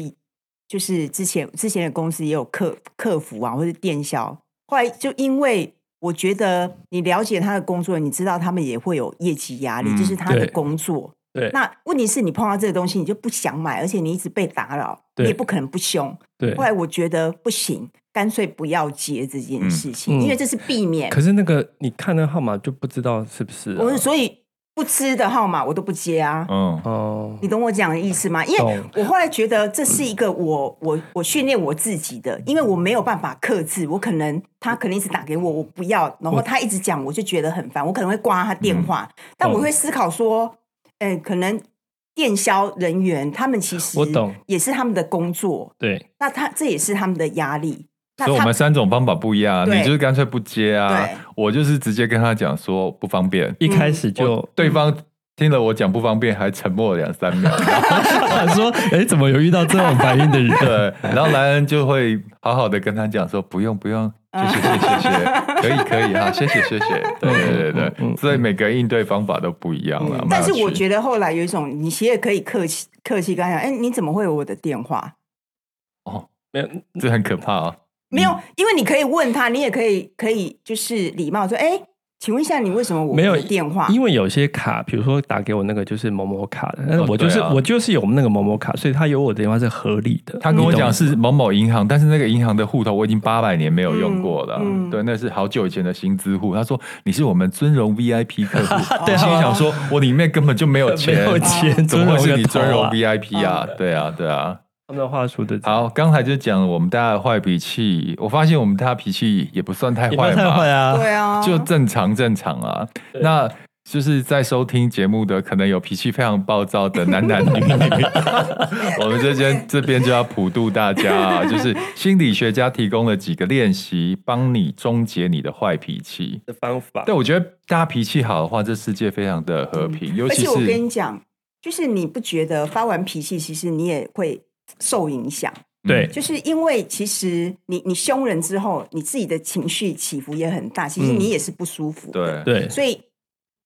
Speaker 2: 就是之前之前的公司也有客客服啊，或者电销，后来就因为。我觉得你了解他的工作，你知道他们也会有业绩压力，
Speaker 1: 嗯
Speaker 2: 这是他的
Speaker 3: 对
Speaker 2: 工作。
Speaker 3: 对
Speaker 2: 那问题是你碰到这个东西，你就不想买，而且你一直被打扰，你
Speaker 3: 对
Speaker 2: 也不可能不凶。
Speaker 3: 对
Speaker 2: 后。来我觉得不行，干脆不要接这件事情，
Speaker 3: 嗯嗯
Speaker 2: 因为这是避免。
Speaker 3: 可是那个你看那个号码就不知道是不是啊、
Speaker 2: 我所以不知的号码我都不接啊。
Speaker 1: 嗯，
Speaker 3: 哦
Speaker 2: 你，懂我讲的意思吗？因为
Speaker 3: 懂
Speaker 2: 我后来觉得这是一个我我我训练我自己的，因为我没有办法克制，我可能他可能一直打给我，我不要，然后他一直讲，我就觉得很烦，我可能会挂他电话，但我会思考说，嗯、可能电销人员他们其实
Speaker 3: 我懂，
Speaker 2: 也是他们的工作，
Speaker 3: 对，
Speaker 2: 那他这也是他们的压力，那
Speaker 1: 所以我
Speaker 2: 他
Speaker 1: 们三种方法不一样啊，
Speaker 2: 对
Speaker 1: 你就是干脆不接啊
Speaker 2: 对，
Speaker 1: 我就是直接跟他讲说不方便，
Speaker 3: 一开始
Speaker 1: 嗯
Speaker 3: 就嗯
Speaker 1: 我对方听了我讲不方便，还沉默了两三秒，
Speaker 3: 想说，哎，怎么有遇到这种反应的人？
Speaker 1: 对，然后莱恩就会好好的跟他讲说不用不用，谢谢谢谢谢谢，可以可以哈，谢谢谢谢，对对对
Speaker 3: 嗯嗯
Speaker 1: 对，
Speaker 3: 嗯
Speaker 1: 所以每个人应对方法都不一样了
Speaker 2: 嗯。但是我
Speaker 1: 得
Speaker 2: 觉得后来有一种，你其实也可以客气客气跟他讲，哎，你怎么会有我的电话？
Speaker 3: 没有，
Speaker 1: 这很可怕啊，
Speaker 2: 没有，因为你可以问他，你也可以可以就是礼貌说，哎，请问一下你为什么我
Speaker 3: 没有
Speaker 2: 的电话？
Speaker 3: 因为有些卡，比如说打给我那个就是某某卡的，但是
Speaker 1: 哦
Speaker 3: 我就是、
Speaker 1: 对啊
Speaker 3: 我就是有那个某某卡，所以他有我的电话是合理的。
Speaker 1: 他跟我
Speaker 3: 你懂
Speaker 1: 讲是某某银行，但是那个银行的户头我已经八百年没有用过了，
Speaker 2: 嗯嗯
Speaker 1: 对，那是好久以前的薪资户。他说你是我们尊荣 VIP 客户，
Speaker 3: 对
Speaker 1: 我
Speaker 3: 啊
Speaker 1: 心里想说我里面根本就没有钱，
Speaker 3: 没有钱，
Speaker 1: 怎么会
Speaker 3: 尊
Speaker 1: 是
Speaker 3: 荣
Speaker 1: 你
Speaker 3: 个头
Speaker 1: 尊荣
Speaker 3: 啊
Speaker 1: VIP 啊？对啊，对啊。
Speaker 3: 他们的话术的
Speaker 1: 好，刚才就讲了我们大家的坏脾气，我发现我们大家脾气也不算太
Speaker 3: 也不
Speaker 1: 坏
Speaker 3: 要太
Speaker 1: 嘛，
Speaker 3: 坏啊，
Speaker 2: 对啊，
Speaker 1: 就正常正常啊。那就是在收听节目的，可能有脾气非常暴躁的男男女 女，我们这边这边就要普渡大家 啊，就是心理学家提供了几个练习，帮你终结你的坏脾气。
Speaker 3: 的方法
Speaker 1: 但我觉得大家脾气好的话，这世界非常的和平，尤
Speaker 2: 嗯而
Speaker 1: 其
Speaker 2: 且我跟
Speaker 1: 是
Speaker 2: 你讲，就是你不觉得发完脾气，其实你也会受影响，
Speaker 1: 嗯
Speaker 3: 对
Speaker 2: 就是因为其实你你凶人之后，你自己的情绪起伏也很大，其实
Speaker 3: 嗯
Speaker 2: 你也是不舒服的，
Speaker 1: 对，
Speaker 3: 对，
Speaker 2: 所以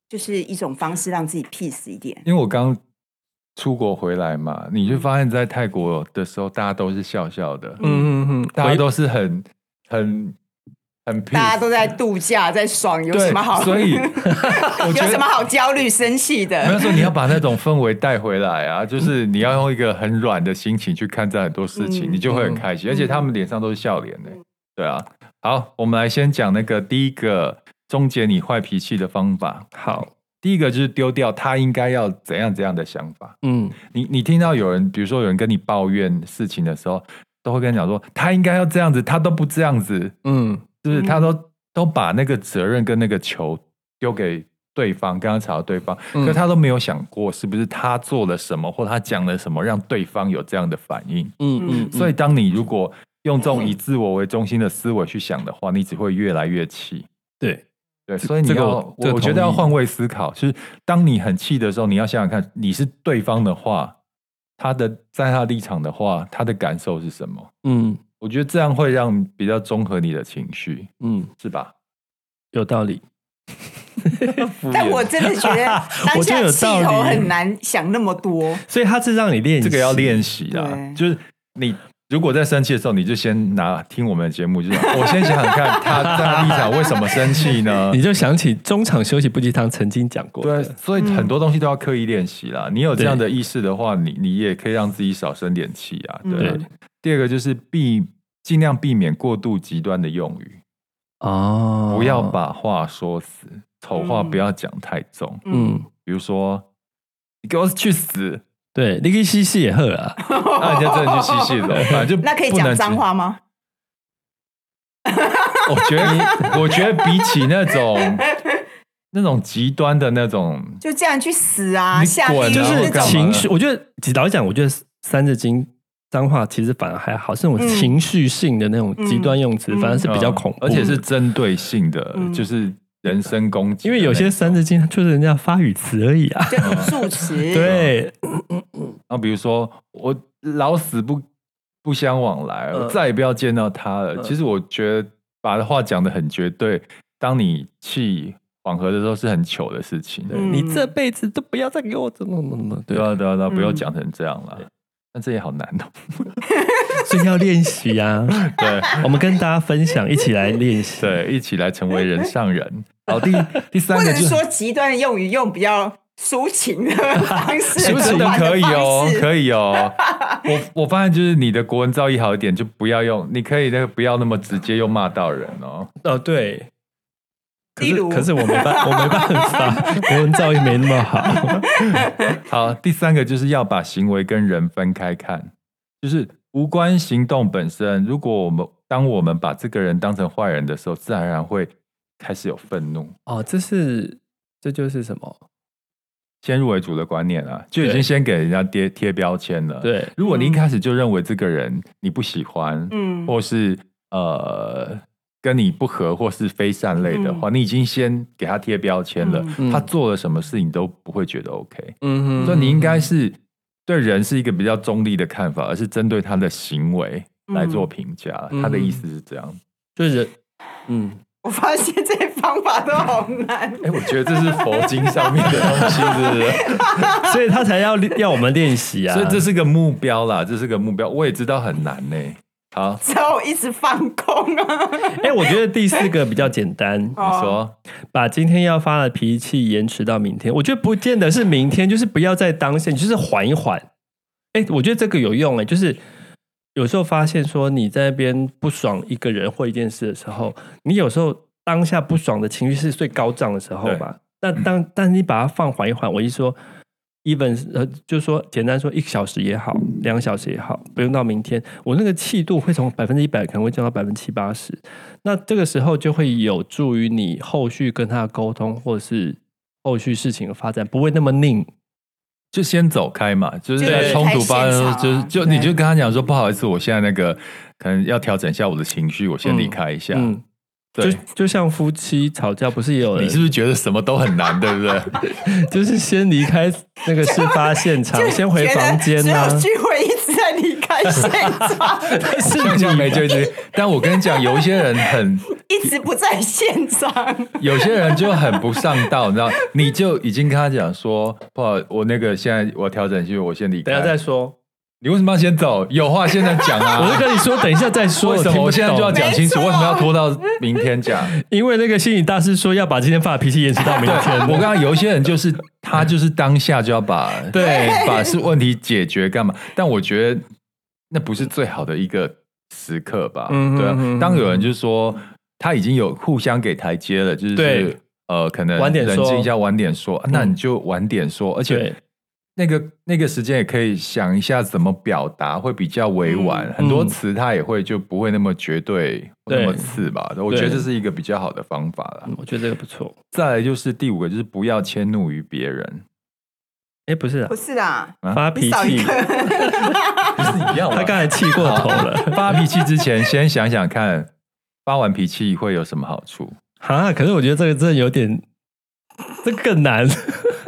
Speaker 2: 就是一种方式让自己 peace 一点。
Speaker 1: 因为我刚出国回来嘛，你就发现在泰国的时候，大家都是笑笑的，
Speaker 3: 嗯嗯嗯，
Speaker 1: 大家
Speaker 3: 回
Speaker 1: 都是很很很 peace，嗯
Speaker 2: 大家都在度假，在爽，有
Speaker 1: 对
Speaker 2: 什么好？
Speaker 1: 所 以我觉
Speaker 2: 有
Speaker 1: 得
Speaker 2: 什么好焦虑、生气
Speaker 1: 没有
Speaker 2: 的？
Speaker 1: 说你要把那种氛围带回来啊，就是你要用一个很软的心情去看待很多事情，
Speaker 2: 嗯
Speaker 1: 你就会很开心。而且他们脸上都是笑脸的、对啊。好，我们来先讲那个第一个终结你坏脾气的方法。
Speaker 3: 好，
Speaker 1: 第一个就是丢掉他应该要怎样怎样的想法。
Speaker 3: 嗯，
Speaker 1: 你你听到有人，比如说有人跟你抱怨事情的时候，都会跟你讲说他应该要这样子，他都不这样子，
Speaker 3: 嗯，
Speaker 1: 就是
Speaker 2: 嗯
Speaker 1: 他都、都把那个责任跟那个球丢给对方，刚刚吵到对方，
Speaker 3: 嗯
Speaker 1: 可他都没有想过是不是他做了什么或他讲了什么让对方有这样的反应。
Speaker 3: 嗯嗯，嗯
Speaker 1: 所以，当你如果用这种以自我为中心的思维去想的话，你只会越来越气。
Speaker 3: 对，
Speaker 1: 对，
Speaker 3: 这
Speaker 1: 所以你
Speaker 3: 这个
Speaker 1: 要，
Speaker 3: 我
Speaker 1: 我
Speaker 3: 这个
Speaker 1: 我觉
Speaker 3: 同
Speaker 1: 得要
Speaker 3: 意
Speaker 1: 换位思考，就是当你很气的时候，你要想想看，你是对方的话，他的在他的立场的话，他的感受是什么？
Speaker 3: 嗯
Speaker 1: 我觉得这样会让比较综合你的情绪，
Speaker 3: 嗯，
Speaker 1: 是吧？
Speaker 3: 有道理，
Speaker 2: 但我真的觉得当
Speaker 3: 我觉
Speaker 2: 下
Speaker 3: 得有
Speaker 2: 气
Speaker 3: 道理
Speaker 2: 头很难想那么多。
Speaker 3: 所以他是让你练习，
Speaker 1: 这个要练习啦
Speaker 2: 对，
Speaker 1: 就是你。如果在生气的时候，你就先拿听我们的节目，就是 我先想想看他这样的立场为什么生气呢
Speaker 3: 你？就想起中场休息不鸡汤曾经讲过
Speaker 1: 对，
Speaker 3: 的，
Speaker 1: 所以很多东西都要刻意练习啦。你有这样的意识的话，你你也可以让自己少生点气啊。
Speaker 2: 嗯
Speaker 1: 对啊
Speaker 3: 对。
Speaker 1: 第二个就是避尽量避免过度极端的用语，
Speaker 3: 哦，
Speaker 1: 不要，把话说死，丑话
Speaker 2: 嗯
Speaker 1: 不要讲太
Speaker 2: 哦
Speaker 1: 重。
Speaker 3: 嗯，
Speaker 1: 比如说，你给我去死，
Speaker 3: 对，你可以嬉戏也喝啊，
Speaker 1: 那人家真的去嬉戏怎么办？就
Speaker 2: 那可以
Speaker 1: 不能
Speaker 2: 讲
Speaker 1: 直
Speaker 2: 脏话吗？
Speaker 1: 我觉 得，我觉得比起那种那种极端的那种，
Speaker 2: 就这样去死啊！
Speaker 1: 你
Speaker 2: 下地
Speaker 1: 滚啊
Speaker 2: 狱
Speaker 3: 就
Speaker 2: 那
Speaker 1: 干嘛
Speaker 3: 是
Speaker 2: 种
Speaker 1: 呢
Speaker 3: 情绪，我觉得老实讲，我觉得三字经脏话其实反而还好，是那种
Speaker 2: 嗯
Speaker 3: 情绪性的那种极端用词，
Speaker 2: 嗯
Speaker 3: 反而是比较恐怖，
Speaker 1: 呃而且是针对性的，
Speaker 2: 嗯
Speaker 1: 就是人身攻击
Speaker 3: 因
Speaker 1: 的那种。
Speaker 3: 为有些三字经它就是人家发语词而已啊，
Speaker 2: 就助 词，
Speaker 3: 对，
Speaker 1: 啊，比如说我老死不不相往来，
Speaker 3: 嗯
Speaker 1: 我再也不要见到他了。
Speaker 3: 嗯
Speaker 1: 呃其实我觉得把话讲的很绝对，当你气缓和的时候是很糗的事情。
Speaker 3: 对
Speaker 2: 嗯
Speaker 3: 你这辈子都不要再给我怎么怎么怎么，
Speaker 1: 对
Speaker 3: 对吧？
Speaker 1: 啊，对啊，对啊，不要
Speaker 2: 嗯
Speaker 1: 讲成这样啦。但这也好难哦。
Speaker 3: 啊所以要练习啊，
Speaker 1: 对。
Speaker 3: 我们跟大家分享，一起来练 习。
Speaker 1: 对，一起来成为人上人。好，第第三
Speaker 2: 或
Speaker 1: 个
Speaker 2: 者
Speaker 1: 就是是
Speaker 2: 说极端的用语，用比较抒情的方 式，
Speaker 1: 是不是
Speaker 2: 转换的
Speaker 1: 可以哦
Speaker 2: 方？式
Speaker 1: 可以哦。我我 发现就是你的国文造诣好一点，就不要用，你可以那个不要那么直接又骂到人哦。
Speaker 3: 哦，对，可
Speaker 2: 例
Speaker 3: 是
Speaker 2: 如
Speaker 3: 可是我没办 我没办法，国文造诣没那么好。
Speaker 1: 好，第三个就是要把行为跟人分开看，就是无关行动本身。如果我们当我们把这个人当成坏人的时候，自然而然会开始有愤怒、
Speaker 3: 哦，这是这就是什么？
Speaker 1: 先入为主的观念啊，就已
Speaker 3: 对
Speaker 1: 经先给人家贴贴标签了。，
Speaker 3: 对，
Speaker 1: 如果你一
Speaker 2: 嗯
Speaker 1: 开始就认为这个人你不喜欢，
Speaker 2: 嗯，
Speaker 1: 或是呃跟你不合，或是非善类的话，你已经先给他贴标签了，
Speaker 3: 嗯
Speaker 1: 他做了什么事你都不会觉得 OK。
Speaker 3: 嗯
Speaker 1: 所以你应该是对人是一个比较中立的看法，而是针对他的行为来做评价。
Speaker 3: 嗯
Speaker 1: 他的意思是这样。
Speaker 3: 就是人，嗯，
Speaker 2: 我发现这些方法都好难。
Speaker 1: 哎、我觉得这是佛经上面的东西， 是不是？
Speaker 3: 所以他才要要我们练习啊。
Speaker 1: 所以这是个目标啦，这是个目标。我也知道很难呢、好，
Speaker 2: 只要我一直放空啊，
Speaker 3: 哎、我觉得第四个比较简 单，
Speaker 1: 你
Speaker 2: 哦
Speaker 1: 说
Speaker 3: 把今天要发的脾气延迟到明天。我觉得不见得是明天，就是不要在当下，你就是缓一缓。哎、我觉得这个有用哎、就是有时候发现说你在那边不爽一个人或一件事的时候，你有时候当下不爽的情绪是最高涨的时候吧。那当但是你把它放缓一缓，我一说，even 呃，就是说简单说一个小时也好，两个小时也好，不用到明天，我那个气度会从百分之一百可能会降到百分之七八十。那这个时候就会有助于你后续跟他的沟通，或者是后续事情的发展不会那么拧。
Speaker 1: 就先走开嘛，就是
Speaker 2: 就
Speaker 1: 在
Speaker 2: 离
Speaker 1: 冲
Speaker 2: 开
Speaker 1: 突发生的时候，
Speaker 2: 现
Speaker 1: 就
Speaker 2: 场
Speaker 1: 是
Speaker 2: 啊
Speaker 1: 就
Speaker 2: 对
Speaker 1: 你就跟他讲说，不好意思，我现在那个可能要调整一下我的情绪，我先离开一下。
Speaker 3: 嗯，就
Speaker 1: 啊对，
Speaker 3: 就像夫妻吵架，不是也有人
Speaker 1: 你是不是觉得什么都很难，对不 对？
Speaker 3: 就是先离开那个事发 现场，先回房间啊
Speaker 2: 只
Speaker 3: 呢、
Speaker 1: 啊
Speaker 2: 有聚会一直在离开现 场，
Speaker 1: 是这样没就
Speaker 3: 啊
Speaker 1: 直。但我跟你讲，有一些人很
Speaker 2: 一直不在现场。
Speaker 1: 有些人就很不上道，你知道？你就已经跟他讲说，不好，我那个现在我调整去，我先离开。
Speaker 3: 等一下再说。
Speaker 1: 你为什么要先走？有话现在讲啊！
Speaker 3: 我就跟你说，等一下再说。
Speaker 1: 为什
Speaker 3: 听
Speaker 1: 么
Speaker 3: 不
Speaker 1: 我现在就要
Speaker 3: 懂
Speaker 1: 讲清楚？
Speaker 2: 没
Speaker 1: 为
Speaker 2: 错
Speaker 1: 什么要拖到明天讲？
Speaker 3: 因为那个心理大师说要把今天发的脾气延迟到明
Speaker 1: 对，
Speaker 3: 天。
Speaker 1: 我刚刚有一些人就是他就是当下就要把
Speaker 3: 对
Speaker 1: 把是问题解决干嘛？但我觉得那不是最好的一个时刻吧？
Speaker 3: 嗯哼
Speaker 1: 对、
Speaker 3: 嗯
Speaker 1: 啊
Speaker 3: 哼，
Speaker 1: 当有人就说他已经有互相给台阶了，就是
Speaker 3: 对
Speaker 1: 呃，可能
Speaker 3: 晚点说嗯
Speaker 1: 冷静一下，晚点说，啊那你就晚点说，而且
Speaker 3: 对。
Speaker 1: 那个那个时间也可以想一下怎么表达会比较委婉，
Speaker 2: 嗯
Speaker 1: 很多词他也会就不会那么绝对、
Speaker 3: 对
Speaker 1: 那么刺吧。我觉得这是一个比较好的方法啦。
Speaker 3: 嗯我觉得这个不错。
Speaker 1: 再来就是第五个，就是不要迁怒于别人，
Speaker 3: 哎，不是啊
Speaker 2: 不，是啦，
Speaker 1: 啊
Speaker 3: 发脾
Speaker 2: 你少一
Speaker 3: 气，
Speaker 2: 个。
Speaker 1: 不是一样
Speaker 3: 他刚才气过头了。
Speaker 1: 发脾气之前，先想想看，发完脾气会有什么好处？
Speaker 3: 啊，可是我觉得这个真的有点，这更难，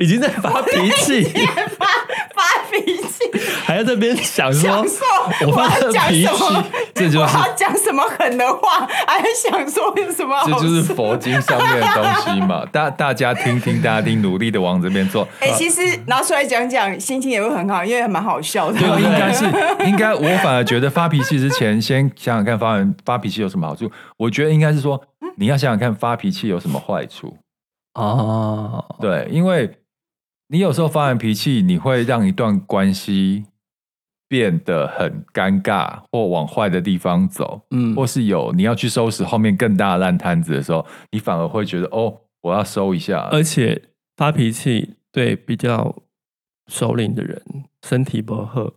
Speaker 3: 已经在发脾 气，
Speaker 2: 发发脾气，
Speaker 3: 还在这边想说
Speaker 2: 享，受
Speaker 3: 我
Speaker 2: 我
Speaker 3: 发
Speaker 2: 要
Speaker 3: 了
Speaker 2: 讲
Speaker 3: 脾
Speaker 2: 什
Speaker 3: 气
Speaker 2: 么，
Speaker 1: 这 就是
Speaker 2: 我要讲什么狠的话，还想说有什么好
Speaker 1: 这
Speaker 2: 处？
Speaker 1: 就是佛经上面的东西嘛。大大家听听，大家听，努力的往这边做。
Speaker 2: 哎、其实拿出来讲讲，心情也会很好，因为还蛮好笑的。
Speaker 1: 对，啊应该是应该，我反而觉得发脾气之前，先想想看发完发脾气有什么好处。我觉得应该是说，你要想想看发脾气有什么坏处。
Speaker 3: 哦，
Speaker 1: 对，因为你有时候发完脾气，你会让一段关系变得很尴尬，或往坏的地方走，
Speaker 3: 嗯
Speaker 1: 或是有你要去收拾后面更大的烂摊子的时候，你反而会觉得哦，我要收一下。
Speaker 3: 而且发脾气对比较首领的人，身体不好，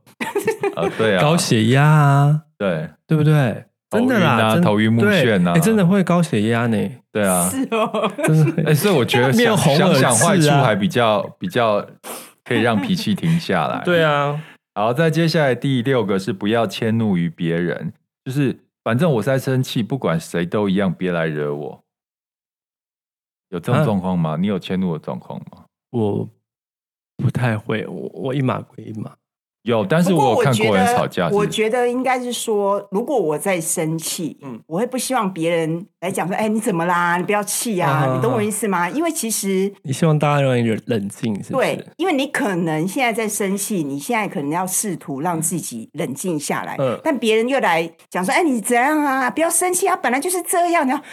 Speaker 1: 呃，对啊，
Speaker 3: 高血压啊，
Speaker 1: 对
Speaker 3: 对不对？
Speaker 1: 头
Speaker 3: 真的
Speaker 1: 晕啊
Speaker 3: 啦，真
Speaker 1: 头晕目
Speaker 3: 对
Speaker 1: 眩啊
Speaker 3: 哎真的会高血 压呢，
Speaker 1: 对啊，
Speaker 2: 是哦，
Speaker 3: 真的会
Speaker 1: 哎、所以我觉得
Speaker 3: 面
Speaker 1: 想
Speaker 3: 红
Speaker 1: 想
Speaker 3: 耳
Speaker 1: 想
Speaker 3: 赤
Speaker 1: 坏处
Speaker 3: 啊
Speaker 1: 还比较比较可以让脾气停下来。
Speaker 3: 对啊，
Speaker 1: 好，再接下来第六个是不要迁怒于别人，就是反正我在生气，不管谁都一样，别来惹我。有这种
Speaker 3: 啊
Speaker 1: 状况吗？你有迁怒的状况吗？
Speaker 3: 我不太会，我我一码归一码，
Speaker 1: 有，但是
Speaker 2: 不过
Speaker 1: 我有看
Speaker 2: 觉
Speaker 1: 过人
Speaker 2: 得，
Speaker 1: 吵架是，
Speaker 2: 我觉得应该是说，如果我在生气，
Speaker 1: 嗯
Speaker 2: 我会不希望别人来讲说，哎，你怎么啦？你不要气啊！
Speaker 3: 嗯嗯嗯
Speaker 2: 你懂我意思吗？因为其实
Speaker 3: 你希望大家让你冷冷静，是不
Speaker 2: 对
Speaker 3: 是？，
Speaker 2: 因为你可能现在在生气，你现在可能要试图让自己冷静下来，
Speaker 3: 嗯
Speaker 2: 但别人又来讲说，哎，你怎样啊？不要生气啊，本来就是这样。然后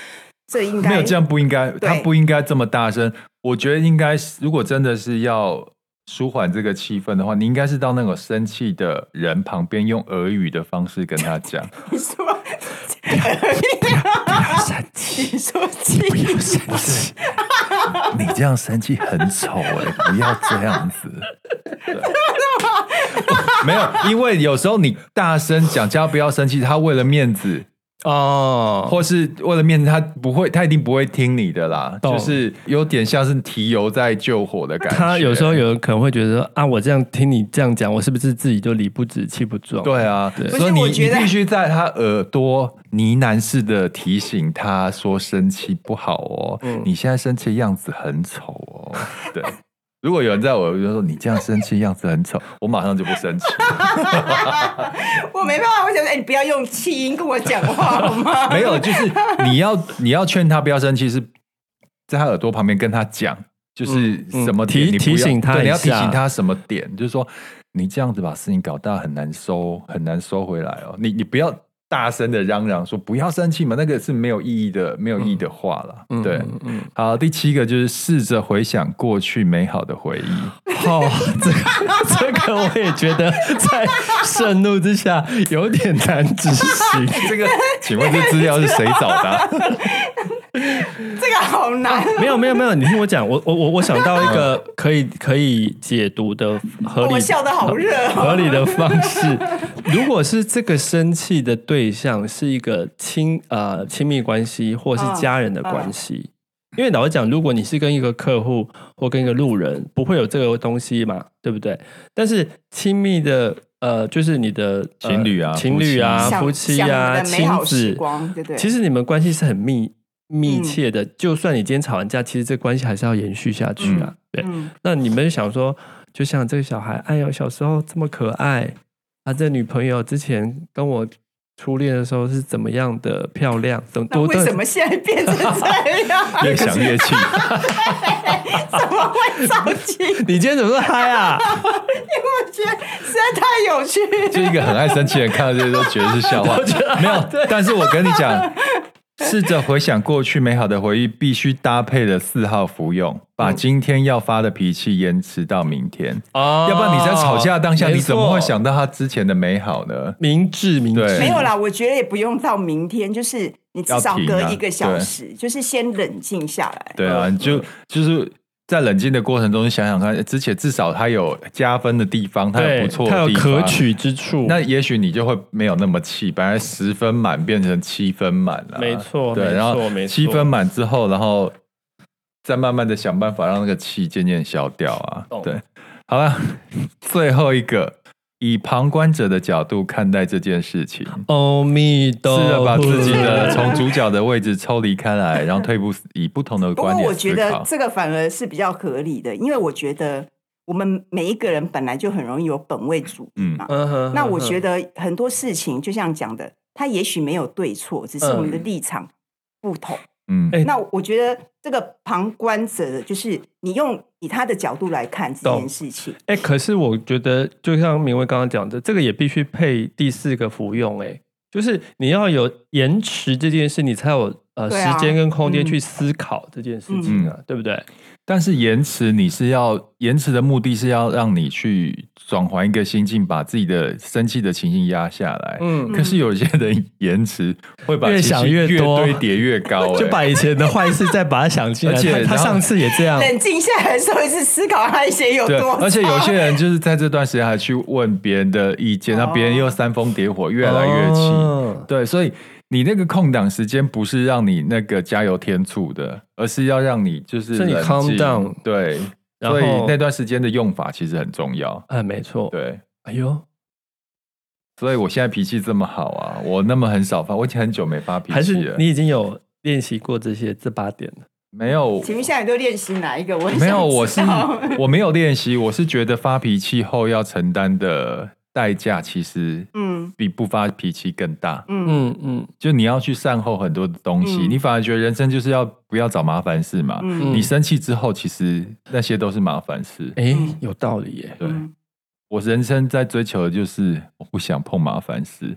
Speaker 2: 这应该
Speaker 1: 没有这样不应该，
Speaker 2: 对
Speaker 1: 他不应该这么大声。我觉得应该是，如果真的是要舒缓这个气氛的话，你应该是到那种生气的人旁边，用俄语的方式跟他讲。
Speaker 2: 你说，
Speaker 1: 啊
Speaker 3: 不要生气，
Speaker 2: 你说气，
Speaker 1: 不要生气。你这样生气很丑哎、不要这样子。对 没有，因为有时候你大声讲叫他不要生气，他为了面子，
Speaker 3: 哦，
Speaker 1: 或是为了面子，他不会，他一定不会听你的啦。
Speaker 3: 懂
Speaker 1: 就是有点像是提油在救火的感觉。
Speaker 3: 他有时候有可能会觉得说啊，我这样听你这样讲，我是不是自己就理不直气不壮？，
Speaker 1: 对啊，
Speaker 2: 是
Speaker 1: 所以你
Speaker 2: 我觉
Speaker 1: 你
Speaker 2: 得
Speaker 1: 必须在他耳朵呢喃式的提醒他说生气不好哦，
Speaker 2: 嗯
Speaker 1: 你现在生气的样子很丑哦。对，如果有人在我耳边说你这样生气样子很丑，我马上就不生气。
Speaker 2: 我没办法，我想说，哎、你不要用气音跟我讲话好吗？
Speaker 1: 没有，就是你要你要劝他不要生气，是在他耳朵旁边跟他讲，就是
Speaker 3: 嗯
Speaker 1: 什么点
Speaker 3: 提
Speaker 1: 你不要
Speaker 3: 提醒他
Speaker 1: 对你要
Speaker 3: 一
Speaker 1: 提
Speaker 3: 下
Speaker 1: 醒他什么点，就是说你这样子把事情搞大很难收，很难收回来哦。你你不要大声的嚷嚷说不要生气嘛，那个是没有意义的，没有意义的话啦。
Speaker 3: 嗯
Speaker 1: 对，
Speaker 3: 嗯嗯
Speaker 1: 好，第七个就是试着回想过去美好的回忆。
Speaker 3: 好、这个这个我也觉得在盛怒之下有点难执 行。
Speaker 1: 这个，请问这资料是谁找的 啊、
Speaker 2: 这个好难。
Speaker 3: 没有没有没有，你听我讲，我我我我想到一个可以可以解读的合理
Speaker 2: 我笑得好热哦，
Speaker 3: 合理的方式。如果是这个生气的对象是一个亲呃亲密关系或是家人的
Speaker 2: 嗯
Speaker 3: 关系，因为老实讲，如果你是跟一个客户或跟一个路人，不会有这个东西嘛，对不对？但是亲密的呃，就是你的、呃
Speaker 1: 情侣啊
Speaker 3: 情侣啊、
Speaker 2: 想
Speaker 3: 夫妻
Speaker 2: 想你
Speaker 3: 啊、
Speaker 2: 的美
Speaker 3: 亲
Speaker 2: 好时
Speaker 3: 子，
Speaker 2: 光，对不嗯对？
Speaker 3: 其实你们关系是很密密切的。就算你今天吵完架，其实这关系还是要延续下去啊。对，
Speaker 2: 嗯，
Speaker 3: 那你们想说，就像这个小孩，哎呦，小时候这么可爱，他、这女朋友之前跟我初恋的时候是怎么样的漂亮，等
Speaker 2: 那
Speaker 3: 多
Speaker 2: 为
Speaker 3: 的
Speaker 2: 什么现在变成这样？
Speaker 1: 越想越气。
Speaker 2: 怎么会造气？因
Speaker 3: 你今天怎么说 嗨啊？
Speaker 2: 为我觉得实在太有趣
Speaker 1: 就一个很爱生气的人看到这些都觉得是笑话，没
Speaker 3: 啊
Speaker 1: 有。但是我跟你讲，试着回想过去美好的回忆，必须搭配了四号服用，把
Speaker 3: 嗯
Speaker 1: 今天要发的脾气延迟到明天，
Speaker 3: 哦
Speaker 1: 要不然你在吵架当下，
Speaker 3: 没错
Speaker 1: 你怎么会想到他之前的美好呢？
Speaker 3: 明智明智？
Speaker 1: 对
Speaker 2: 没有啦，我觉得也不用到明天，就是你至少
Speaker 1: 要停
Speaker 2: 隔
Speaker 1: 啊
Speaker 2: 一个小时，就是先冷静下来。
Speaker 1: 对啊，你就
Speaker 3: 嗯
Speaker 1: 就是。在冷静的过程中，想想看，之前至少他有加分的地方，他有
Speaker 3: 对，
Speaker 1: 不错
Speaker 3: 他
Speaker 1: 的
Speaker 3: 有
Speaker 1: 地方，
Speaker 3: 可取之处。
Speaker 1: 那也许你就会没有那么气，本来十分满变成七分满了，
Speaker 3: 没错没
Speaker 1: 对，
Speaker 3: 错
Speaker 1: 然后
Speaker 3: 没错
Speaker 1: 七分满之后，然后再慢慢的想办法让那个气渐渐消掉啊
Speaker 3: 懂，
Speaker 1: 对，好了， 最后一个，以旁观者的角度看待这件事情，
Speaker 3: 阿弥
Speaker 1: 试
Speaker 3: 陀
Speaker 1: 着
Speaker 3: 佛，
Speaker 1: 把自己的从主角的位置抽离开来，然后退步，以不同的
Speaker 2: 不过
Speaker 1: 观点
Speaker 2: 我
Speaker 1: 思
Speaker 2: 觉得
Speaker 1: 考。
Speaker 2: 这个反而是比较合理的，因为我觉得我们每一个人本来就很容易有本位主义嘛。
Speaker 3: 嗯哼
Speaker 2: 那我觉
Speaker 3: 得
Speaker 2: 得很多事情就像讲的，它也许没有对错，只是我们的立场不同。
Speaker 1: 嗯，
Speaker 3: 哎
Speaker 2: 那我觉得这个旁观者的就是你用以他的角度来看这件事情，
Speaker 3: 哎、可是我觉得，就像明威刚刚讲的，这个也必须配第四个服用、哎，就是你要有延迟这件事，你才有呃、
Speaker 2: 对啊
Speaker 3: 时间跟空间去思考这件事情啊，对不对？
Speaker 1: 但是延迟，你是要延迟的目的是要让你去转换一个心境，把自己的生气的情绪压下来。
Speaker 3: 嗯
Speaker 1: 可是有些人延迟会把
Speaker 3: 越
Speaker 1: 情绪
Speaker 3: 想越
Speaker 1: 越
Speaker 3: 多
Speaker 1: 堆叠越高、 欸，
Speaker 3: 就把以前的坏事再把它想进来。
Speaker 1: 而且
Speaker 3: 他他
Speaker 1: 然后
Speaker 3: 上次也这样，
Speaker 2: 冷静下来的时候也是思考他一些有
Speaker 1: 对，
Speaker 2: 多
Speaker 1: 而且有些人就是在这段时间还去问别人的意见，那别人又煽风点火，越来越气。
Speaker 3: 哦
Speaker 1: 对，所以你那个空档时间不是让你那个加油添醋的，而是要让你就是
Speaker 3: 是你
Speaker 1: 冷
Speaker 3: calm
Speaker 1: 静
Speaker 3: down
Speaker 1: 对，
Speaker 3: 然后
Speaker 1: 所以那段时间的用法其实很重要。
Speaker 3: 哎、没错，
Speaker 1: 对，
Speaker 3: 哎呦，
Speaker 1: 所以我现在脾气这么好啊，我那么很少发，我已经很久没发脾
Speaker 3: 还
Speaker 1: 气
Speaker 3: 是
Speaker 1: 了。
Speaker 3: 你已经有练习过这些这八点了，
Speaker 1: 没有，
Speaker 2: 请问现在你都练习哪一个？我很
Speaker 1: 没
Speaker 2: 想
Speaker 1: 有，
Speaker 2: 知
Speaker 1: 我是
Speaker 2: 道
Speaker 1: 我没有练习，我是觉得发脾气后要承担的代价其实
Speaker 2: 嗯
Speaker 1: 比不发脾气更大。
Speaker 2: 嗯
Speaker 3: 嗯嗯，
Speaker 1: 就你要去善后很多的东西，
Speaker 2: 嗯
Speaker 1: 你反而觉得人生就是要不要找麻烦事嘛。
Speaker 2: 嗯
Speaker 1: 你生气之后，其实那些都是麻烦事。
Speaker 3: 哎、
Speaker 2: 嗯
Speaker 3: 有道理耶，
Speaker 1: 对
Speaker 2: 嗯
Speaker 1: 我人生在追求的就是我不想碰麻烦事，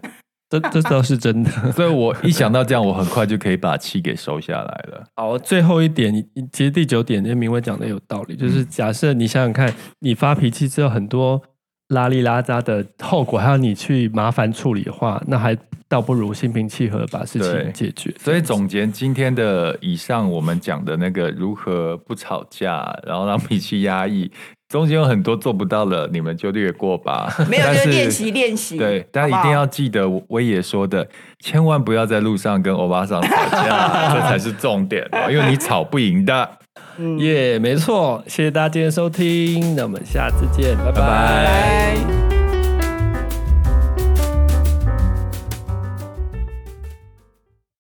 Speaker 3: 这这倒是真的。
Speaker 1: 所以我一想到这样，我很快就可以把气给收下来了。
Speaker 3: 好，最后一点，你其嗯实第九点，那明威讲的有道理，就是假设你想想看，你发脾气之后，很多拉里拉扎的后果，还要你去麻烦处理的话，那还倒不如心平气和把事
Speaker 1: 对
Speaker 3: 情解决。
Speaker 1: 所以总结今天的以上我们讲的那个如何不吵架，然后让脾气压抑，中间有很多做不到的，你们就略过吧。
Speaker 2: 没 有
Speaker 1: 但
Speaker 2: 就是练习练习
Speaker 1: 对，但一
Speaker 2: 好不好
Speaker 1: 定要记得威爷说的，千万不要在路上跟欧巴桑吵 架，这才是重点哦，因为你吵不赢的。
Speaker 2: 嗯，
Speaker 3: 耶没错，谢谢大家今天的收听，那我们下次见，拜
Speaker 1: 拜
Speaker 3: 拜
Speaker 1: 拜
Speaker 2: 拜。